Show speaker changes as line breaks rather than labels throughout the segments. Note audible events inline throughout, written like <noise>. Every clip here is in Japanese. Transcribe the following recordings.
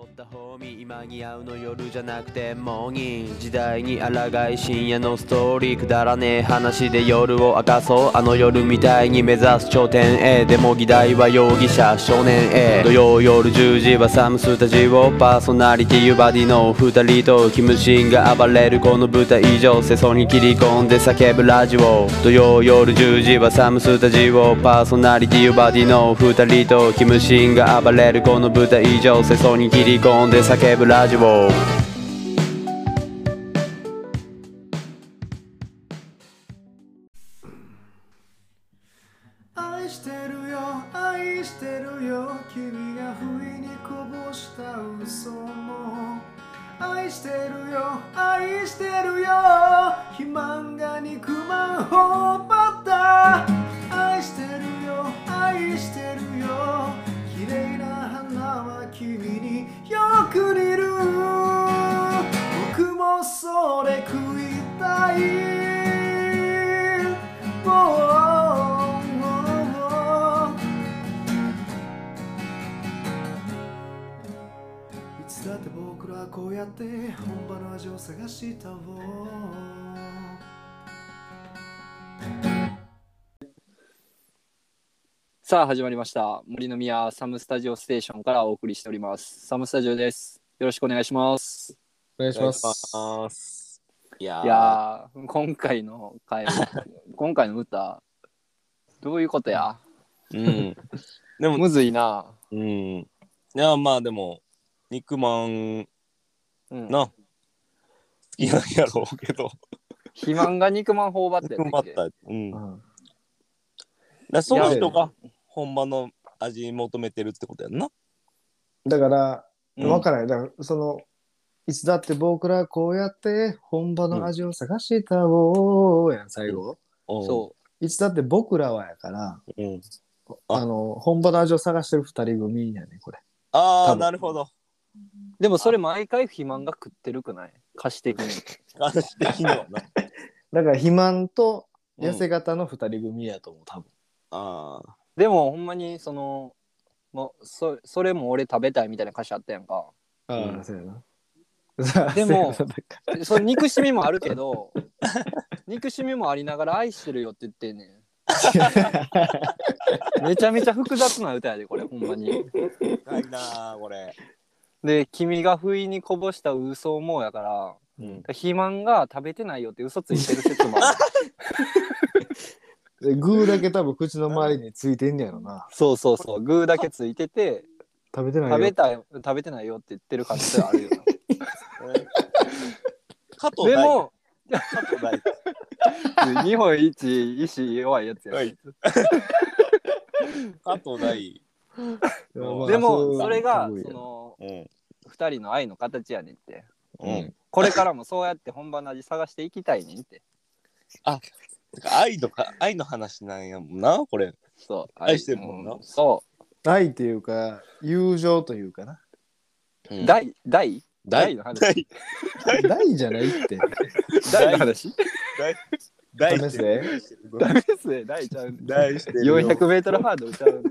ったホーミー今に合うの夜じゃなくてモーニング時代に抗い深夜のストーリーくだらねえ話で夜を明かそうあの夜みたいに目指す頂点へでも議題は容疑者少年へ土曜夜10時はサムスタジオパーソナリティーバディの2人とキムシンが暴れるこの舞台上世相に切り込んで叫ぶラジオ土曜夜10時はサムスタジオパーソナリティーバディの2人とキムシンが暴れるこの舞台上世相に切り込んで叫ぶラジオ
愛してるよ愛してるよ君が不意にこぼした嘘も愛してるよ愛してるよ肥満が肉まん頬張った愛してるよ愛してるよ綺麗な花は君によく似る僕もそれ食いたい Oh, oh, oh. いつだって僕らはこうやって本場の味を探したを
さあ始まりました森の宮サムスタジオステーションからお送りしておりますサムスタジオですよろしくお願いします
お願いします。
ます。いやー
いやー今回の回 <laughs> 今回の歌どういうことや
うん。でも、
むずいな、
うん。いや、まあでも、肉まん
うん、
な、好きなんやろうけど、
肥満が肉まん頬張って
踏ん張った。うん。だか
うん
らその人が本場の味求めてるってことやんな。
だから、
うん
わからない。だから、その、いつだって僕らこうやって本場の味を探したをやん、最後。
そ
いつだって僕らはやから、
うん。うん。あ
あの、本場の味を探してる二人組やね、これ。
あ
多
あ、
分
なるほど。
うでもそれ毎回肥満が食ってるくない歌詞
<laughs>
的に
話的にはな。
だから、肥満と痩
う
せ
ん
型の二人組やと思う、多分。
ああ。
でもほんまにそのもうそそれも俺食べたいみたいな歌詞あったやんか
ん
うん、そうやな。
で
<laughs>
も
そうやなだから
その憎しみもあるけ
<laughs>
ど憎しみもありながら愛してるよって言ってんねんめちゃめちゃ複雑な歌やでこれほんまに
深いなー、これ。
で「君が不意にこぼした嘘をもう」やから
うん。
肥満が食べてないよって嘘ついてる説もある
でグーだけ多分口の周りについてんねやろな。
<laughs> そうそうそうグーだけついてて
食べてないよ。
食べたい食べてないよって言ってる可能性はあるよな
加藤
で
大。
も
加藤大。
日本一意志弱いやつや、
はい加藤大。
いやまあ
で
そ
も
う
それが
すごい
そ
よ
の
うん。
2人の愛の形やねんって
うん。
これからもそうやって本場の味探していきたいねんって
愛とか、愛の話なんやもんな、これ。
そう
愛してるもんな
うそ
愛っていうか、友情というかな。
う大大
大
大の話
大
大じゃないって。
大の話
大
試し
し
てて
る
<laughs> ダメですね大ちゃうんで
大してるよ
400m ハード歌うんで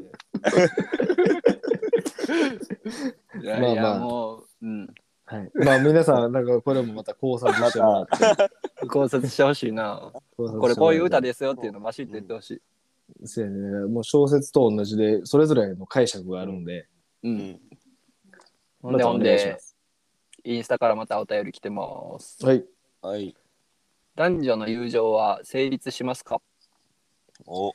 い <laughs> やいや、
まあまあ
もう、うん、 <laughs>
はい。まあ皆さん、なんかこれもまた考察してもらって。
考察してほしいなこれこういう歌ですよっていうのバシッと言ってほしい、
す。そうやね。もう小説と同じで、それぞれの解釈があるんで。
うん
うん
ほんで
また
ほ
お
ん
願いし
で
ます。
インスタからまたお便り来てます
はい。
はい
男女の友情は成立しますか
お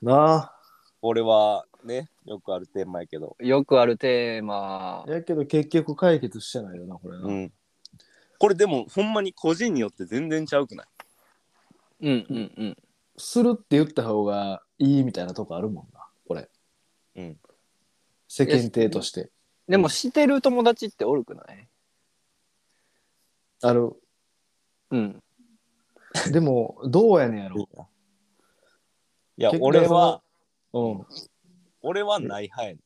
な
俺はねよくあるテーマやけど
よくあるテーマ
あ。やけど結局解決してないよな、これな。
んこれでもほんまに個人によって全然ちゃうくない
うんうんうん
するって言った方がいいみたいなとこあるもんな、これ。
うん。
世間体として。
でもしてる友達っておるくない
ある。
うん
でも、どうやねんやろ。
いや
結局
俺は
うん。
俺はない派やね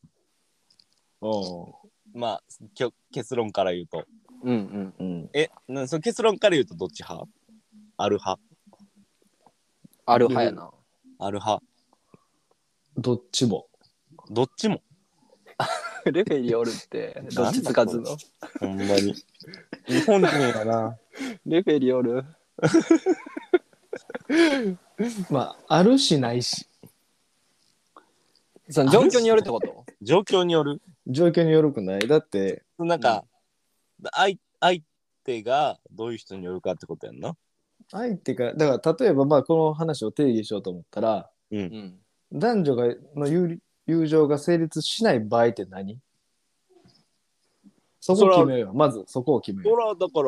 うん。
んまあきょ結論から言うと
うんうんうん
えなその結論から言うとどっち派ある派
ある派やな
ある派
どっちも。
どっちも
レフェリーおるって、どっちつかずの。
ほんまに。日本人やな。
レフェリーおる。
まあ、あるしないし、
その状況によるってこと
状況による。
状況によるくない。だって、
なんか、相相手がどういう人によるかってことやんな。
相手が、だから例えば、まあ、この話を定義しようと思ったら、
うん。
ん。
男女がの友友情が成立しない場合って何そこを決めようよ。まずそこを決めよう。
ほら、だから、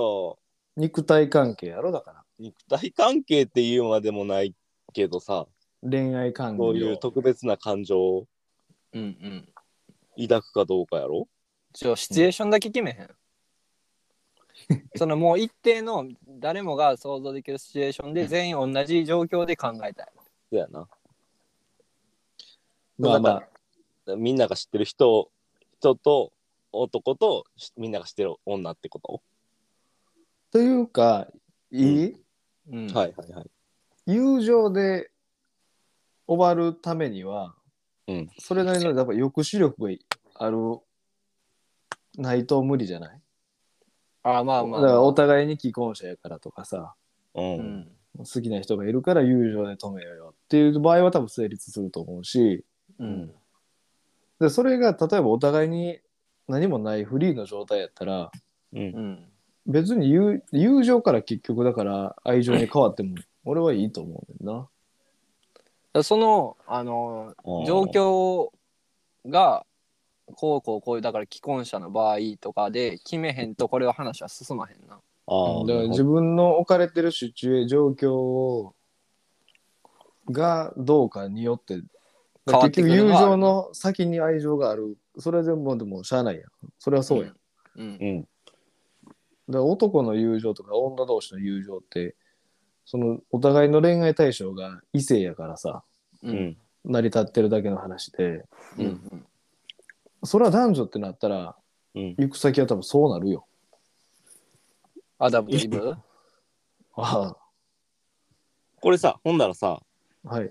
肉体関係やろだから。
肉体関係っていうまでもないけどさ、
恋愛関係
そうい
を
う特別な感情を
うんうん。
抱くかどうかやろ
ちょ、シチュエーションだけ決めへん。そのもう一定の誰もが想像できるシチュエーションで全員同じ状況で考えたい。
そうやな。
まあま
だ
あ
か、らみんなが知ってる人、人と男としみんなが知ってる女ってこと、
というか、いい、
うん
はいはいはい。
友情で終わるためには、
うん
それなりのやっぱ抑止力があるないと無理じゃない、
ああまあまあ。
だからお互いに既婚者やからとかさ
うん。
うん。
好きな人がいるから友情で止めようよっていう場合は多分成立すると思うし
うん。
でそれが例えばお互いに何もないフリーの状態やったら
うん
うん。
別に友友情から結局だから愛情に変わっても俺はいいと思うねんな。
その、あの、状況が、こうこうこういう、だから既婚者の場合とかで決めへんと、これは話は進まへんな。
ああ、
だ
な
から
るほ
自
ど
分の置かれてるシチュエー状況をがどうかによって
変わってく
結局
る
友
のは
情の先に愛情があるそれでもでもしゃあないやんそれはそうやん、だか
うん。
うん。
ら男の友情とか女同士の友情ってそのお互いの恋愛対象が異性やからさ
う。
うんん。
成り立ってるだけの話で
う
うん
ん。
それは男女ってなったら
うん。
行く先は多分そうなるよ
アダプティブ
あ
これさ、ほんならさ、
あはい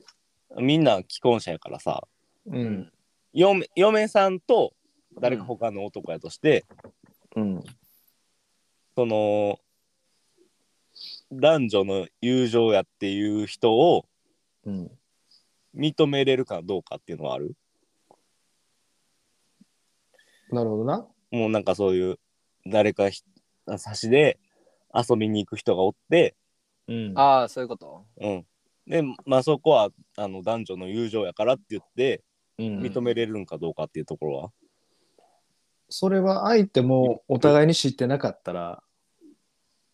みんな既婚者やからさ、
うん
嫁嫁さんと誰か他の男やとして、
うん
その男女の友情やっていう人を
うん
認めれるかどうかっていうのはある
なるほどな
もうなんかそういう誰かひ差しで遊びに行く人がおって、
うん
ああ、そういうこと。
うん、でまあそこはあの男女の友情やからって言って
うん
認めれるんかどうかっていうところは、
それは相手もお互いに知ってなかったら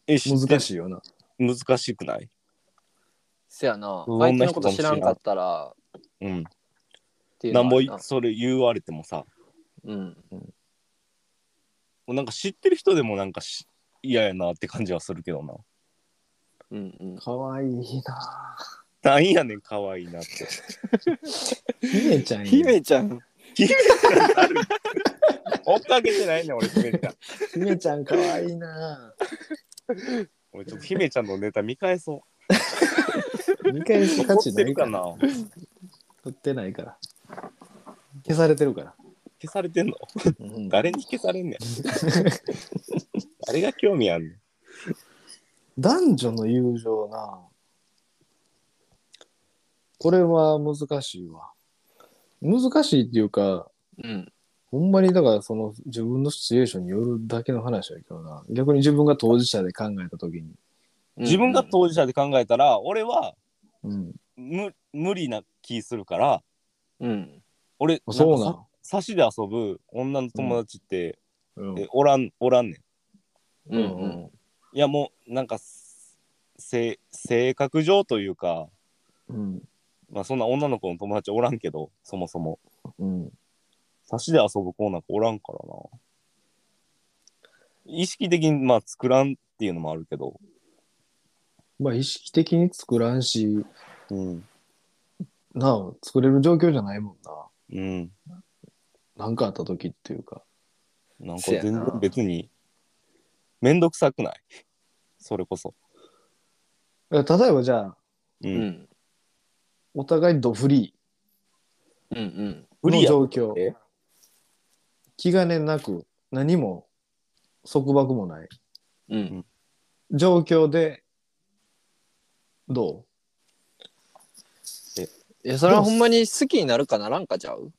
えし
難しいよな。
難しくない、
せやな。
うん
相手のこと知らんかったら、っ
うん、
ていう
な
の
ん
はあ
ぼ
る
いそれ言われてもさ
うん。
もうなんか知ってる人でもなんかし嫌やなって感じはするけどな。
うんうん。
かわいいな。
なんやねん、可愛いなって。
ひめちゃんや。
姫ちゃん。
追っかけてないねん、俺、姫
<laughs>
ちゃん。
ひめちゃんかわいいな。
俺、ちょっと姫ちゃんのネタ見返そう。
見返す価値
撮っ
な
て
い
る
か。
からな
撮ってないから。消されてるから。
消されてんの
うん
誰に消されんねん。
<laughs>
誰が興味あんねん。
男女の友情な。これは難しいわ。難しいっていうか、
うん。
ほんまにだからその自分のシチュエーションによるだけの話やけどな。逆に自分が当事者で考えたときに。
自分が当事者で考えたら、俺は
うん。
無無理な気するから、
うん。
俺、
そう
なん
な
かさ差しで遊ぶ女の友達って、
ん。うん
えおらん、おらんね
うんうん。
ん。いや、もう、なんか、せ性格上というか、
うん。
まあ、そんな女の子の友達おらんけど、そもそも。
うん。
差しで遊ぶ子なんかおらんからな。意識的にまあ作らんっていうのもあるけど。
まあ意識的に作らんし、
うん。
なあ、作れる状況じゃないもんな。
うん。
なんかあった時っていうか。
なんか
せ
全
やな
然別に、めんどくさくないそれこそ。
え例えばじゃあ、
う。
うんん。
お互いドフリ
うんうん。
ーの
や
状況。
え
気兼ねなく何も束縛もない
うん。
状況でど
いやそれはほんまに好きになるかならんかちゃう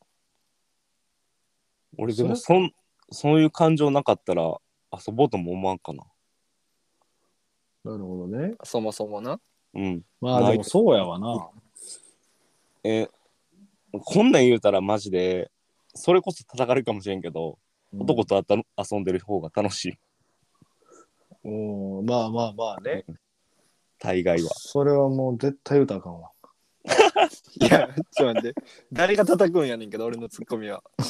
俺でもそんそういう感情なかったら遊ぼうとも思わんかな。
うなるほどね
そもそもな。
うん。
まあでもそうやわな
え、こんなん言うたらマジで、それこそ叩かれるかもしれんけど、男とあた遊んでる方が楽しい。
うんまあまあまあね
大概は。
それはもう絶対言うたらあかん <laughs> わ
いや、ちょっと待って。誰が叩くんやねんけど、俺のツッコミは。
<laughs>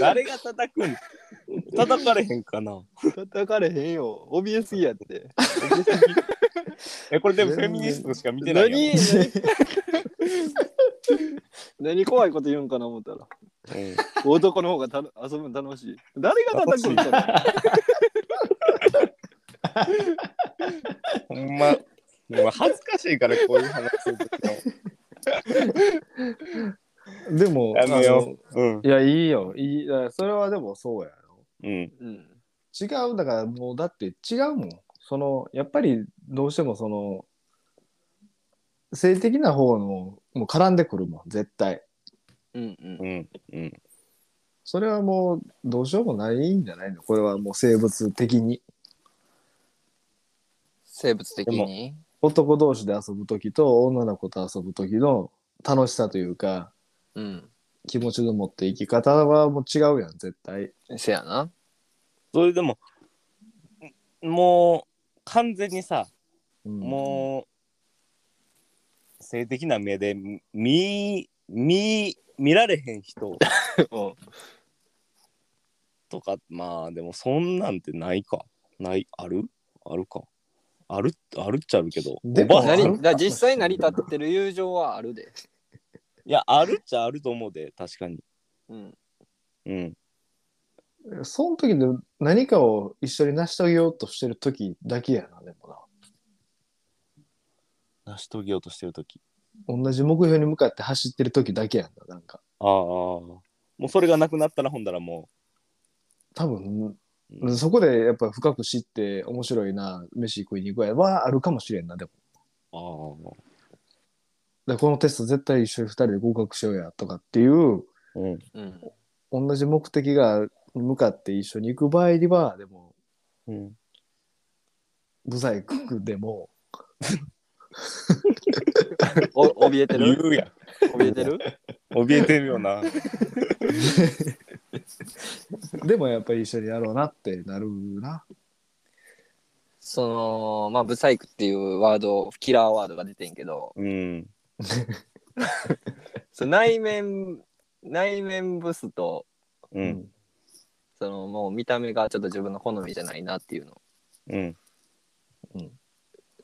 誰が叩くん <laughs> 叩かれへんかな。
叩かれへんよ。怯えすぎやって。
え、これでもフェミニストしか見てないやん。
何何怖いこと言うんかな思ったら。
うん
男の方がたの遊ぶの楽しい。誰が叩くんかな
<laughs> ほんま、もう恥ずかしいからこういう話すると
でも
やめよう。うん。
あのいやいいよいいいやそれはでもそうやろ
うん。
うん。
違うだからもうだって違うもんそのやっぱりどうしてもその性的な方のもう絡んでくるもん絶対
うんうん。
うん。うん。
それはもうどうしようもないんじゃないのこれはもう生物的に
生物的に。
男同士で遊ぶ時と女の子と遊ぶ時の楽しさというか
うん。
気持ちの持っていき方はもう違うやん絶対
せやな。
それでも、もう、完全にさ、
うん
もう、性的な目で見、見、見られへん人
うん。
とか、まあ、でもそんなんてないか。ない、あるあるか。ある、あるっちゃあるけど。
で
おばあ
な
さ
り
ん
何だ実際成り立ってる友情はあるで。
いや、あるっちゃあると思うで、確かに。
うん。
うん。
その時で何かを一緒に成し遂げようとしてる時だけやなでもな
成し遂げようとしてるとき。
同じ目標に向かって走ってる時だけやんななんか
ああ。もうそれがなくなったらほんだらも
多分、
う。うん
そこでやっぱ深く知って面白いな飯食いに行くやはあるかもしれんなでも
ああ。
だからこのテスト絶対一緒に2人で合格しようやとかっていう
うん。
うん。
同じ目的が向かって一緒に行く場合にはでも
うん。
ブサイクでも
お怯えて
言
る
うやん。
怯えてる
怯えてるよな。
でもやっぱり一緒にやろうなってなるな
そのまあブサイクっていうワードキラーワードが出てんけど
うん。
その内面内面ブスと
うん。
そのもう見た目がちょっと自分の好みじゃないなっていうの
うん。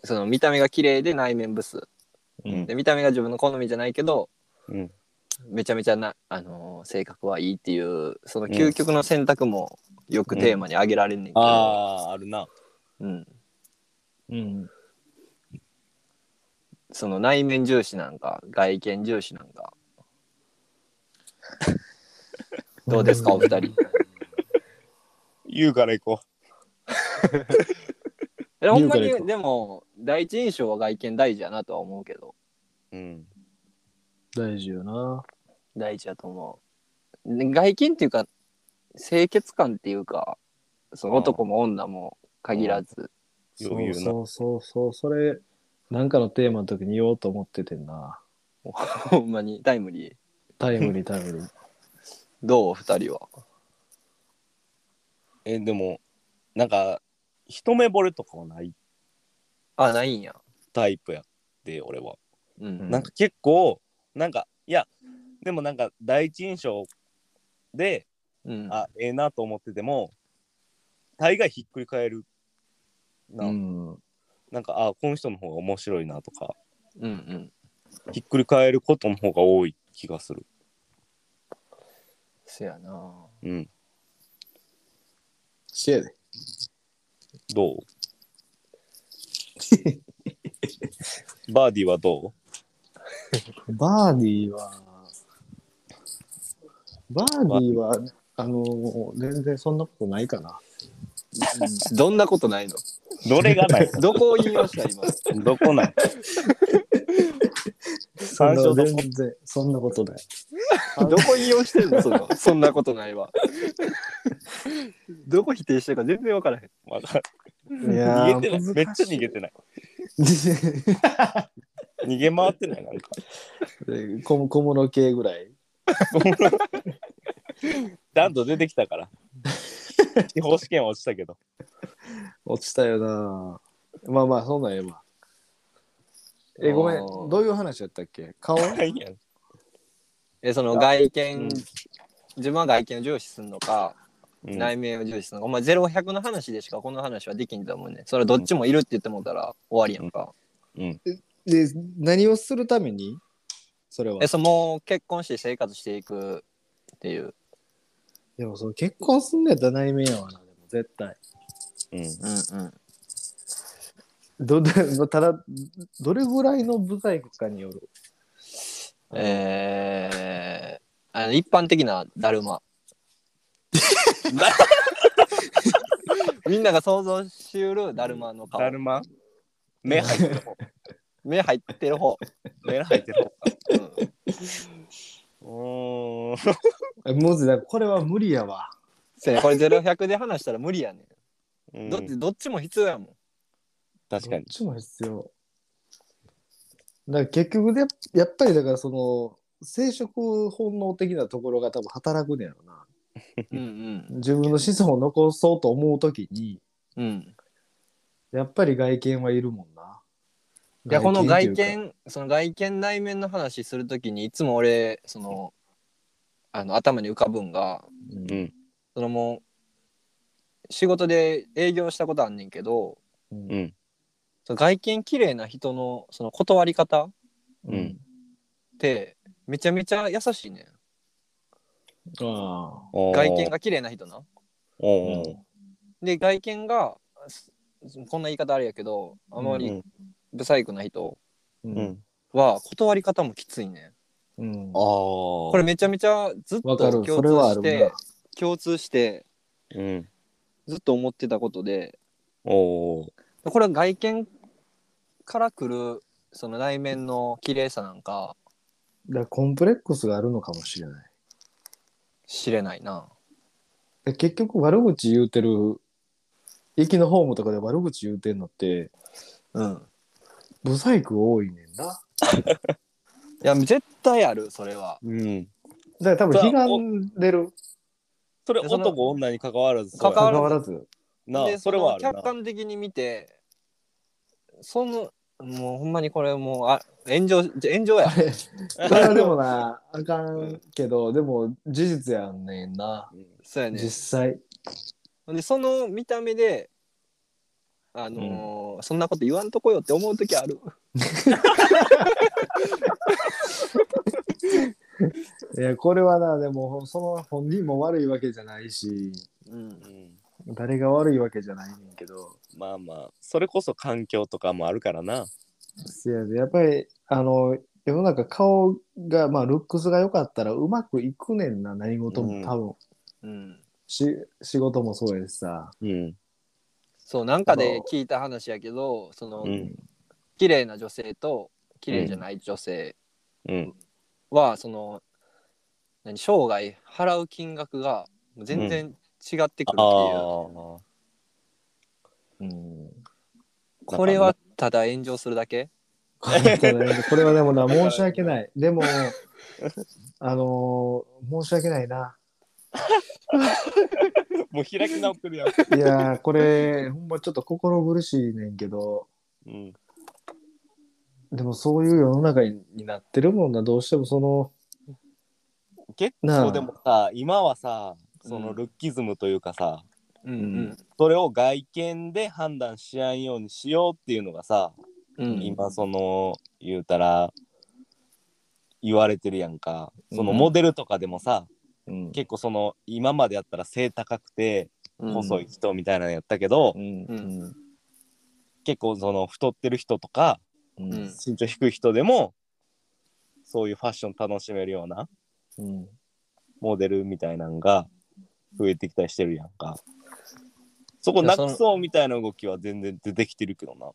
その見た目が綺麗で内面ブス
うん
で見た目が自分の好みじゃないけど
うん。
めちゃめちゃな、あのー性格はいいっていうその究極の選択もよくテーマに挙げられんねんけど、
ああ、あるな。
うん
うん
その内面重視なんか外見重視なん
<laughs>
かどうですかお二
<laughs>
人
言うから行こ
えほん
言
ま
うから行
に
く
でも第一印象は外見大事やなとは思うけど
う。うん。
大事よな
大事やと思うね外見っていうか清潔感っていうかその男も女も限らず
そ
余裕
う
な
そうそうそうそれなんかのテーマの時に言おうと思っててんな
ほんまにタイムリー
タイムリータイムリー
どうお二人は
え、でも、なんか、一目惚れとかはない
あないんや
タイプやって、俺は。
うん
なんか結構、なんか、いや、でもなんか、第一印象で、
うん
あ、ええなと思ってても、大概ひっくり返る。な、
うん
なんか、あ、この人の方が面白いなとか、
うんうん
ひっくり返ることの方が多い気がする。
せやな
うん。
<laughs> せやで <laughs>
どうバーディはど
バーディーはバーディーは、あの全然そんなことないかな。
どんなことないの
どれがない
どこを引用した今。
どこない
そん
山椒
な
と
全然、そんなことない。
<laughs> どこ引用してるのそのそんなことない <laughs> わ。どこ否定してるか全然分からへん。
わかる
いや <laughs>
逃げてないめっちゃ逃げてない
ー
逃げ回ってないなんか
難しい小小物系ぐらい。
ちゃんと出てきたから司法試験は落ちたけど
落ちたよな。まあまあ、そんなんええわ。え、ごめ
あ
ん、
ー
どういう話やったっけ顔
はいやん
え、その外見、
うん
自分は外見を重視するのか、
うん
内面を重視するのか、お前ゼロ100の話でしかこの話はできんと思うね。それどっちもいるって言ってもうたら終わりやんか。
で、何をするためにそれは
え、。そのもう結婚して生活していくっていう。
でも、その結婚すんのやったら内面やわな、でも絶対。
うん
うんうん。
どでただ、どれぐらいのブサイクかによる。
えー、あの一般的なだるま。みんなが想像しうるだるまの顔
だ。るま目入 <laughs> ってる方
目入ってる方。
目入ってる方
うん
うーん
え、もうなんかこれは無理やわ。
せやこれ0100で話したら無理やね
うん
ん。どっちどっちも必要やもん。
確かに
どっちも必要。だから結局で、やっぱりだからその、生殖本能的なところが多分働くねやろな。
うん
自分の子孫を残そうと思うときに、
うん。うん。
やっぱり外見はいるもんな。
いやこの外
というか。
見その外見内面の話するときにいつも俺そのあの頭に浮かぶんが
うん
うん
そのもう仕事で営業したことあんねんけど
うん
その外見綺麗な人のその断り方っ
うん
てめちゃめちゃ優しいねん。
あ
外見が綺麗な人な。
おー
で外見がすこんな言い方あれやけどあま
う
り
ん
不細工な人
う。
うんん
は断り方もきついねん。
うん。
あこ
これめちゃめちゃずっと
わか
共
る。
通
それはあ
し
る
て
な。
共通して
うん
ずっと思ってたことで
おー
これは外見から来るその内面の綺麗さなんか
だからコンプレックスがあるのかもしれない。
知れないな
で結局悪口言うてる、駅のホームとかで悪口言うてんのって、
うん
ブサイク多いねんな。
いや絶対あるそれは
うん
だから多分、悲願でる。
それ男女に関わらずそうや
関わ
関
らず
わらず。
な
で
あそれはある
の客
な
観的に見てそのもうほんまにこれもうあ炎上じゃ炎上や
それは <laughs> でもな、あかんけど、でも事実やんねんな。
そうやね
実際。
でその見た目であのーそんなこと言わんとこよって思う時ある
いや、これはな、でも、その本人も悪いわけじゃないし、
うん
<laughs> うん
誰が悪いわけじゃないねんけど、
まあまあそれこそ環境とかもあるからな
せやで、やっぱり、あの、世の中顔が、まあ、ルックスが良かったらうまくいくねんな、何事も多分。
うん
し仕事もそうやしさ。
うん
そうなんかで聞いた話やけどその、
うん
綺麗な女性と綺麗じゃない女性
うん
は、その何生涯払う金額が全然違ってくるっていう、
ああ
うん。
これはただ炎上するだけ
これこれはでもな、申し訳ない。でも、あのー申し訳ないな。
<laughs> もう開き直ってるやん
いやーこれほんまちょっと心苦しいねんけど
うん
でもそういう世の中になってるもんなどうしてもその
結
な
構
あ
でもさ今はさその
うん
ルッキズムというかさ、
うん
それを外見で判断し合うようにしようっていうのがさ、
うんうん
今その言うたら言われてるやんかその
うん
モデルとかでもさ、
うん
結構その今までやったら背高くて
うん
細い人みたいなのやったけど、
うん
うん
結構その太ってる人とか
うん
うん
身長低い人でもそういうファッション楽しめるような
うん
モデルみたいなんが増えてきたりしてるやんか。そこなくそうみたいな動きは全然出てきてるけどな。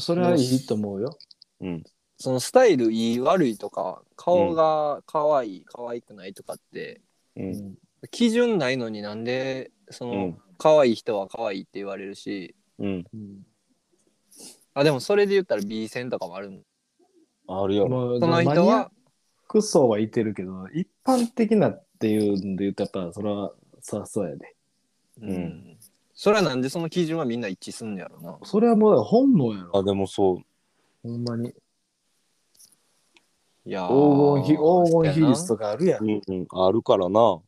それはいいと思うよ。
うん。
そのスタイルいい悪いとか顔が可愛い可愛くないとかって
うん。
基準ないのになんでその、
うん
可愛い人は可愛いって言われるし
うん。
うん
あでもそれで言ったら B 線とかもあるん
あるよ。
もう
その
マニ
人
アッ
は
ク層はいてるけど、一般的なっていうんで言ったら、それはさそうやで。
うんんそれはなんでその基準はみんな一致すんのやろな
それはもうだから本能やろ。
あ、でもそう。
ほんまに。
いや
黄金比、黄金比率
と
とかあるやん。
うんうん、あるからな。
う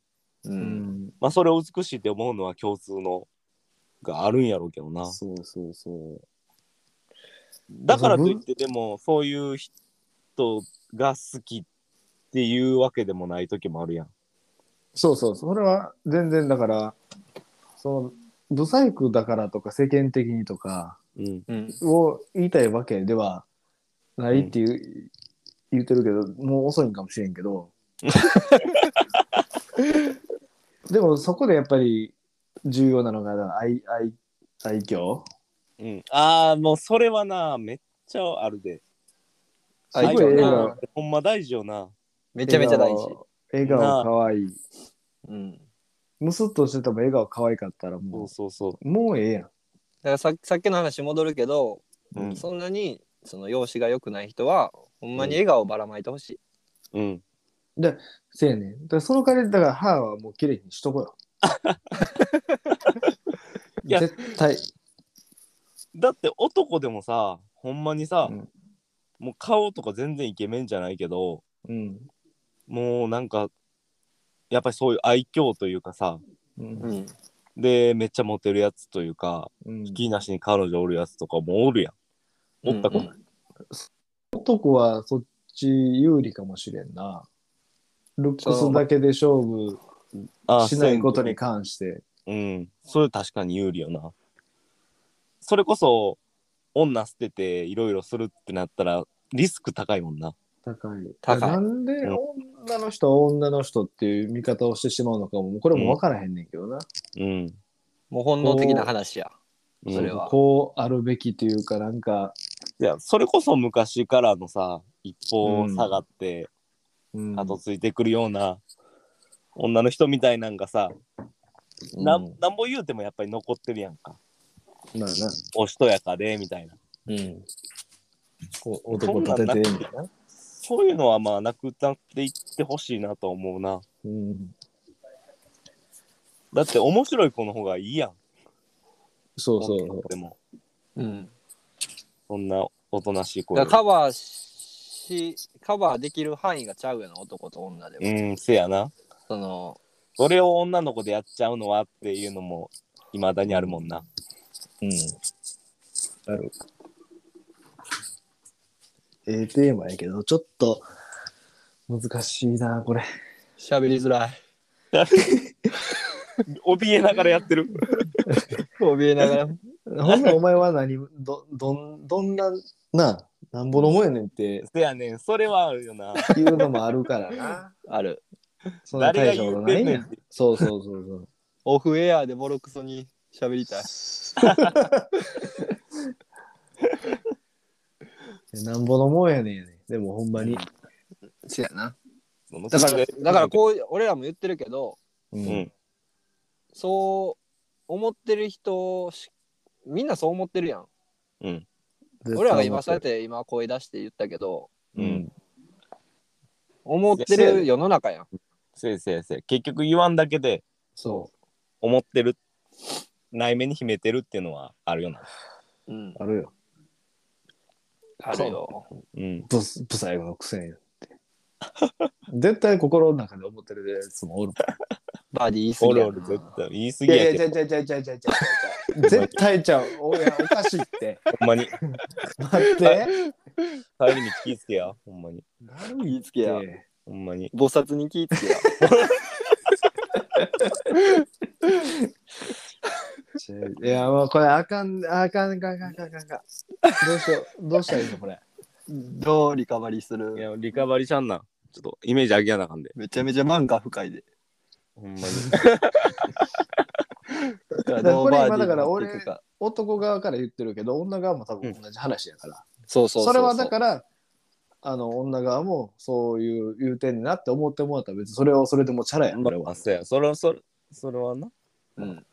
うんん。
まあそれを美しいって思うのは共通のがあるんやろうけどな。
そうそうそう。
だからといってでもそういう人が好きっていうわけでもない時もあるやん。
そうそう、それは全然だから、その、不細工だからとか世間的にとか
うん。
うん
を言いたいわけではないっていう、言ってるけど、もう遅いんかもしれんけ
<laughs>
ど。でもそこでやっぱり重要なのがだから愛、愛、愛嬌
うん、ああ、もうそれはな、めっちゃあるで。
すごい
愛
映
嬌な
画。
ほんま大事よな。
めちゃめちゃ大事
笑顔。笑顔可愛い。
うん
むすっとしてても笑顔可愛かったら
そ
も、
うそうそう
もうええやん。
だからささっきの話戻るけど、
う。うん。
そんなにその容姿が良くない人はほんまに笑顔をばらまいてほしい、
うん、
せやねん。だからその代わり、だから歯はもう綺麗にしとこ <laughs> よ。
いや
絶対。
だって男でもさ、ほんまにさ、
うん
もう顔とか全然イケメンじゃないけど、
うん。
もうなんか、やっぱりそういう愛嬌というかさ、
うん。
うん
で、めっちゃモテるやつというか、
うん
引きなしに彼女おるやつとかもおるやん。おったことない。
男はそっち有利かもしれんな。ルックスだけで勝負
あー
しないことに。関して。
うん。それ確かに有利よな。それこそ、女捨てていろいろするってなったら、リスク高いもんな。
高い。
高い
なんで女の人は女の人っていう見方をしてしまうのかも、これも分からへんねんけどな。
うん。
もう本能的な話や
うん
それは
こうあるべきというか、なんか、
いや、それこそ昔からのさ、一歩下がって、
うん
後ついてくるような、女の人みたいなんがさ、な
うん
ん、なんぼ言うてもやっぱり残ってるやんか。
まあな
おしとやかで、みたいな。
うん。こう男立ててみたいな。
そういうのはまあ、なくなっていってほしいなと思うな。
うん。
だって面白い子の方がいいやん。
そうそうそう。
でも、
うん
そんなおとなしい子
だ
よ
から
り
カバーしカバーできる範囲がちゃうよな男と女でも、
うん、せやな。
その
それを女の子でやっちゃうのはっていうのも、いまだにあるもんな。
うん。ある。ええテーマやけど、ちょっと難しいな、これ。
喋りづらい
怯えながらやってる。 <laughs>
怯えながら
ほんならお前は何、ど、どん、どんな、な、なんぼのもんやねんって
せやねん、それはあるよな。
いうのもあるからな。
ある
そんな大
誰
した
が
こと
言
な
って
い
んね
ね
ん
ん。そうそうそうそう。
オフエアでボロクソに喋りたい
なんぼのもんやねんやねでもほんまに。
せやな
その
だか
そ
ら
れ
だからこう俺らも言ってるけど
う。
うんん。
そう思ってる人しみんなそう思ってるやん
うん。
俺らが今そうやって今声出して言ったけど
うん。
思ってる世の中やん
せやせやせや。結局言わんだけで、
そ
思ってる、内面に秘めてるっていうのはあるよな。
うん
う、あるよ。
あるよ
うん。
ブス、ブサイクのくせに
<laughs>
って。絶対心の中で思ってるやつもおる。
バディ言い過
お
ぎ
る
や
お
な
る、絶対。言い過
い
ぎ
や
や
い
けど
や、、ちゃうちゃうちゃうちゃうちゃうちゃう <laughs> 絶対ちゃう。おいや、おかしいって。
ほんまに。
待って。
帰り道気ぃつけや。ほんまに。
言いつけや
ほんまに。
菩薩に聞いてや
ちゃういや、もうこれあかん、あかん、あかん、あかん、あかんあかん。どうしよう、どうしたらいいのこれ。
<laughs> どうリカバリーす
い
る
や、リカバリーちゃんなん。ちょっとイメージ上げやなあかんで。
めちゃめちゃ漫画深いで。
ほんまに。
だ
からこれ今
ノーバーディー
だから
の
俺
結果
男側から言ってるけど女側も多分同じ話やから、
そうそう
それはだからあの女側もそういう言うてんねんなって思ってもらったら別にそれをそれでもチャラやんこれ
ま
は
あ、、そうや。それは、それ、それはな。
うん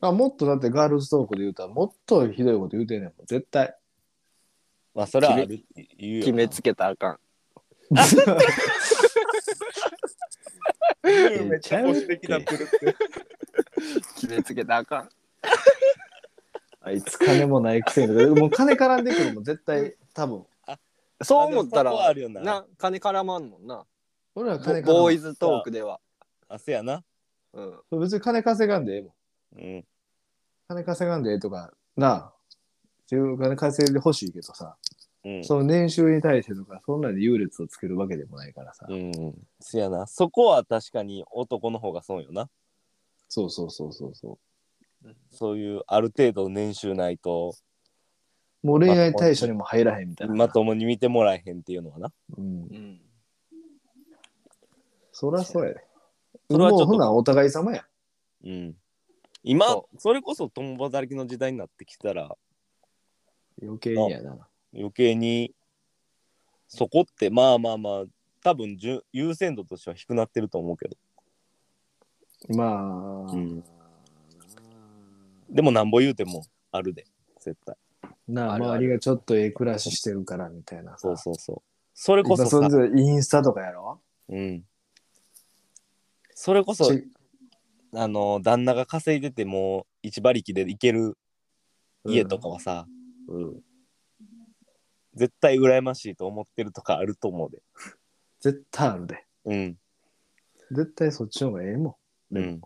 まあ、もっとだってガールズトークで言うたらもっとひどいこと言うてんねんもん絶 <laughs> 対
まあ、それはある言うよ
決めつけたらあかん。
めっちゃ保守的なってるって。
決めつけたらあかん。
あいつ金もないくせにとかもう金絡んでくるもん絶対多分
<laughs> そう思った
あでもそこはあ
ら
るよな
な金絡まんもんな。
俺ら
ボ
金
ボー
絡
イズトークでは。
あ、せやな。
うん。
ん別に金稼がんでええもん
うん。
金稼がんでええとかなあ自分金稼いでほしいけどさ
うん。
その年収に対してとかそんなに優劣をつけるわけでもないからさ、
うん。せやな。そこは確かに男の方が損よな。
そうそうそうそうそ
そういうある程度年収ないと
うもう恋愛対象にも入らへんみたいな、
まともに見てもらえへんっていうのはな。
うん、
うん
そりゃそうやで、
それはちょ
も
っと
うほなお互い様や
うん。今
そ
それこそ共働きの時代になってきたら
余計にやな
余計にそこってまあまあまあ多分じゅ優先度としては低くなってると思うけど、
まあ、
うん、でもなんぼ言うてもあるで絶対
なあ
あるある
周りがちょっとええ暮らししてるからみたいなさ
そうそうそうそれこそ
今
さ
そんぞれインスタとかやろ
うん、それこそ
ち
あの旦那が稼いでても一馬力で行ける家とかはさ、絶対羨ましいと思ってるとかあると思うで
絶対あるで
うん
絶対そっちの方がええもん
うん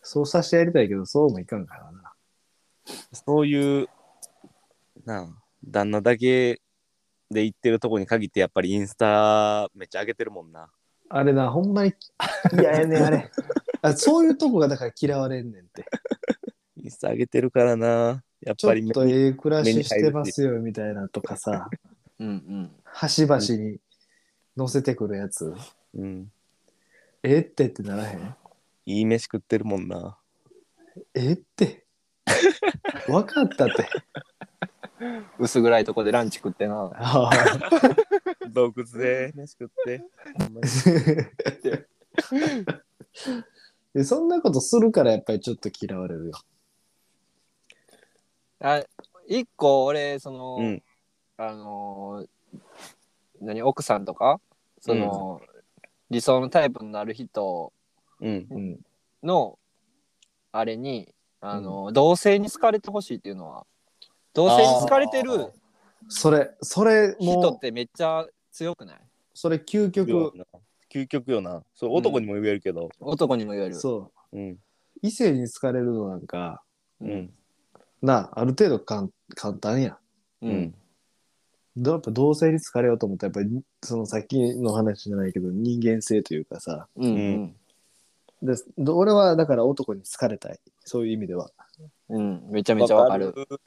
そうさせてやりたいけどそうもいかんからな
そういうなあ旦那だけで行ってるとこに限ってやっぱりインスタめっちゃ上げてるもんな
あれな、ほんまに嫌やねん、あれ <laughs> あ。そういうとこがだから嫌われんねんって。
インスタ上げてるからなやっ
ちょ
ぱ
っ
り
とええ暮らししてますよみたいなとか
<laughs>
さ、
うんうん。
端々に乗せてくるやつ、
うん、
えってってならへん
いい飯食ってるもん <laughs> な
え
<laughs>
って。分かったって。
薄暗いとこでランチ食ってな。
ああ
洞窟で飯食って
<laughs> でそんなことするからやっぱりちょっと嫌われるよ。
あ一個俺その、
うん
あのー何奥さんとかその、理想のタイプになる人
うん
うん。
のあれにあのー、同性に好かれてほしいっていうのは同性に好かれて
あー
る
それ、それ、
人っ
もう、
てめっちゃ強くない
それ究極、
究極よなそれ男にも言えるけど
男にも言える
そう。
うん
異性に好かれるのなんか、
うん
なあ、ある程度かん簡単やん。
うん、
どやっぱ同性に好かれようと思ったらやっぱりそのさっきの話じゃないけど人間性というかさ
うんん
でど俺はだから男に好かれたいそういう意味では
うん、めちゃめちゃわかる
わかる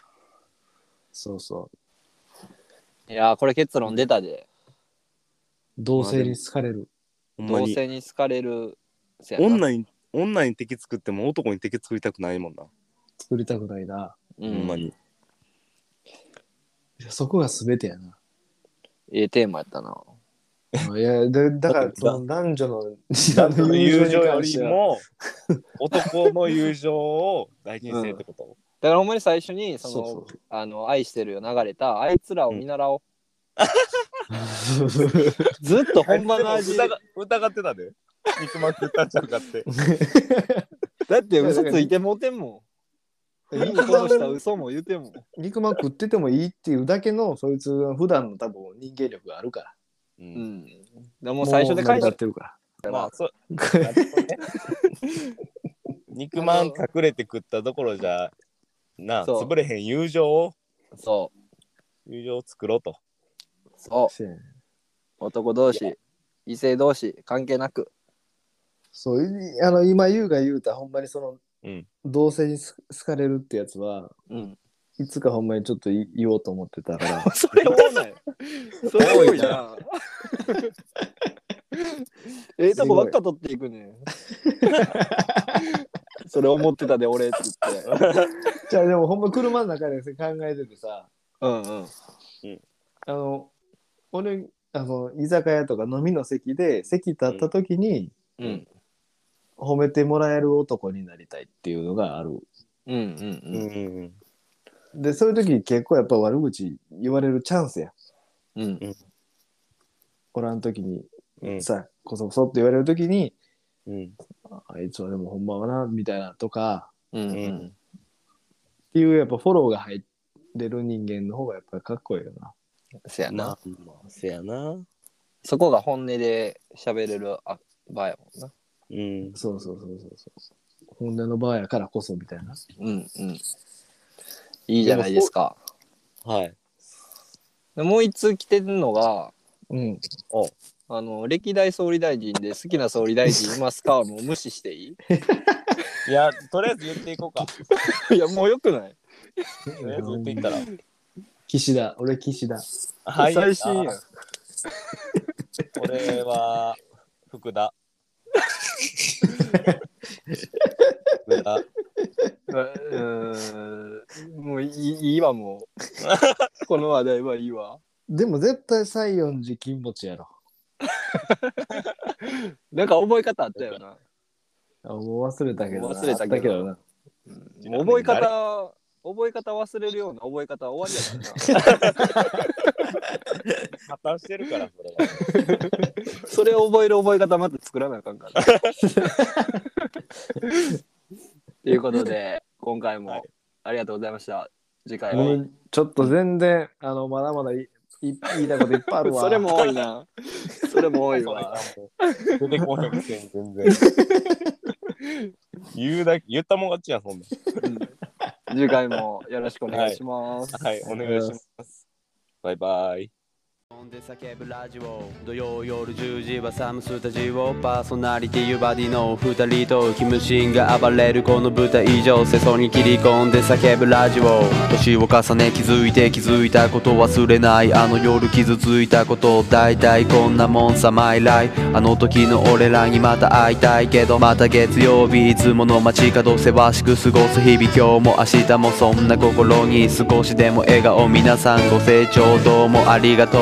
そうそう
いやーこれ結論出たで
同性に好かれる
ほんま
同
に
性に好かれるせやな
女に女に敵作っても男に敵作りたくないもんな、
作りたくないな
う
ほんま
ん、
に
いやそこが全てやな
ええテーマやったない
やだだから
<laughs> だって
その <laughs> 男女の
男女の友情
に
よ
関し
り
ては
も <laughs> 男の友情を大事にせえってこと、
だからほんまに最初にそ
そ
の
う
あの愛してるよ流れたあいつらを見習おう、
そう
<laughs>
そう <laughs>
ずっと本場の
あい
味 <laughs>
つ
だ
でも疑疑ってたで肉まん食ったんちゃうかって
って嘘ついてもうてんもん
肉
肉
まん
殺した嘘も言うてんもん
肉まん食っててもいいっていうだけのそいつの普段の多分人間力があるから
う、
うんんでもう最初で返
もう成り立
し
ってるか
まあそなるほどね肉まん隠れて食ったどころじゃなあ
そう
潰れへん友情を
そ
友情を作ろうと
うそ
らせやねん
う男同士異性同士関係なく
そういあの今優が言うたほんまにその、
うん
同性にす好かれるってやつは
うん
いつかほんまにちょっとい
<laughs>
言おうと思ってたから
それ多ないそれ多いな
ええとこばっか取っていく
<laughs>
ね。それ思ってたで俺って言
<laughs>
って。
じゃあでもほんま車の中で考えててさ、
うんうん。
あの、俺、あの、居酒屋とか飲みの席で席立った時に、
うん
褒めてもらえる男になりたいっていうのがある。
うん
う
うん
ん
で、そういう時結構やっぱ悪口言われるチャンスや。
うん。
おらん時に
うん
さ、こそこそって言われる時に、
うん
あいつはでもほんまはな、みたいなとか、
うんうんうん。
っていうやっぱフォローが入ってる人間の方がやっぱりかっこいいよな。
せやな
なせやな
そこが本音で喋れるあ場やもんな
うん
そうそうそうそうそう。本音の場合やからこそみたいな。
うんうんいいじゃないですか
はい
でもう一通来てるのが
うん。
あの歴代総理大臣で好きな総理大臣いますかはもう無視してい
いやとりあえず言っていこうか
<laughs> いいやもうよくない
とりあえず言っていったら
岸田、俺岸田。
はい
最新やん
俺は福田福田
うーんもういいいいわも <laughs> うこの話題はいいわ
でも絶対西園寺金持ちやろ。
なんか覚え方あったよ <laughs> な
あもう忘れたけどな。
忘れたけど
あっな。
もう覚え方覚え方忘れるような覚え方は終わりやからな
破綻してる <laughs> からそれは
それを覚える覚え方また作らなあかん
<laughs>
からなということで今回
はい
もありがとうございました次回
も
は
うちょっと全然、あの、まだまだいい言いたいこといっぱいあるわ。
<laughs> それも多いなそれも多い
<laughs>
わ
出てこへんくせに全 <laughs> 然言うだけ言ったもん勝ちやそんな
次回もよろしくお願いします、
はいお願いしますバイバイ
飲んで叫ぶラジオ土曜夜10時はサムスタジオパーソナリティーバディの2人とキムシンが暴れるこの舞台以上世相に切り込んで叫ぶラジオ年を重ね気づいて気づいたこと忘れないあの夜傷ついたこと大体こんなもんさマイライあの時の俺らにまた会いたいけどまた月曜日いつもの街角せわしく過ごす日々今日も明日もそんな心に少しでも笑顔皆さんご清聴どうもありがとう